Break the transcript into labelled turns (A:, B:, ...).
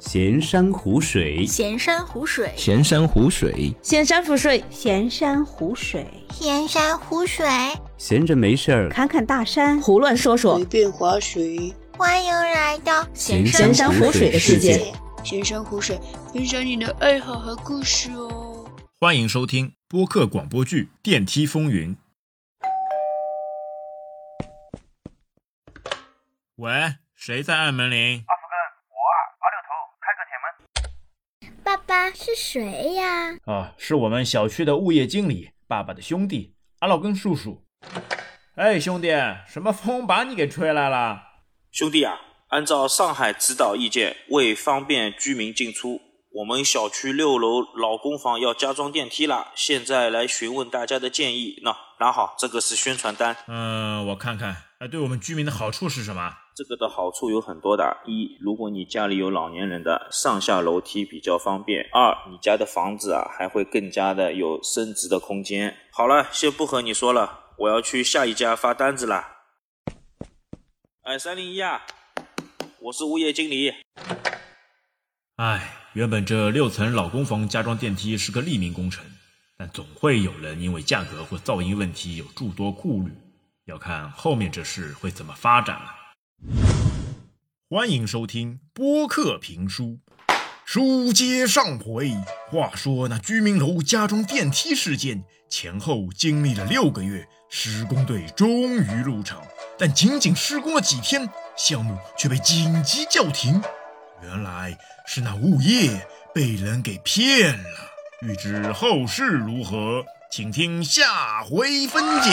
A: 闲山湖水，
B: 闲山湖水，
C: 闲山湖水，
D: 闲山湖水，
E: 闲山湖水，
F: 闲山湖水，
A: 闲着没事儿
E: 侃侃大山，
D: 胡乱说说，
G: 随便划水。
F: 欢迎来到
A: 闲
D: 闲山湖水的世界。
G: 闲山湖水，分享你的爱好和故事哦。
H: 欢迎收听播客广播剧《电梯风云》。喂，谁在按门铃？
I: 阿福哥，啊我二六头，开个铁门。
F: 爸爸是谁呀？
J: 啊，是我们小区的物业经理，爸爸的兄弟阿老根叔叔。哎，兄弟，什么风把你给吹来了？
K: 兄弟啊，按照上海指导意见，为方便居民进出，我们小区六楼老公房要加装电梯啦。现在来询问大家的建议。那拿好，这个是宣传单。
H: 嗯，我看看，哎，对我们居民的好处是什么？
K: 这个的好处有很多的。一，如果你家里有老年人的，上下楼梯比较方便；二，你家的房子啊，还会更加的有升值的空间。好了，先不和你说了，我要去下一家发单子啦。哎，三零一啊，我是物业经理。
H: 哎，原本这六层老公房加装电梯是个利民工程，但总会有人因为价格或噪音问题有诸多顾虑，要看后面这事会怎么发展了、啊。欢迎收听播客评书，书接上回。话说那居民楼加装电梯事件前后经历了六个月，施工队终于入场，但仅仅施工了几天，项目却被紧急叫停。原来是那物业被人给骗了。欲知后事如何，请听下回分解。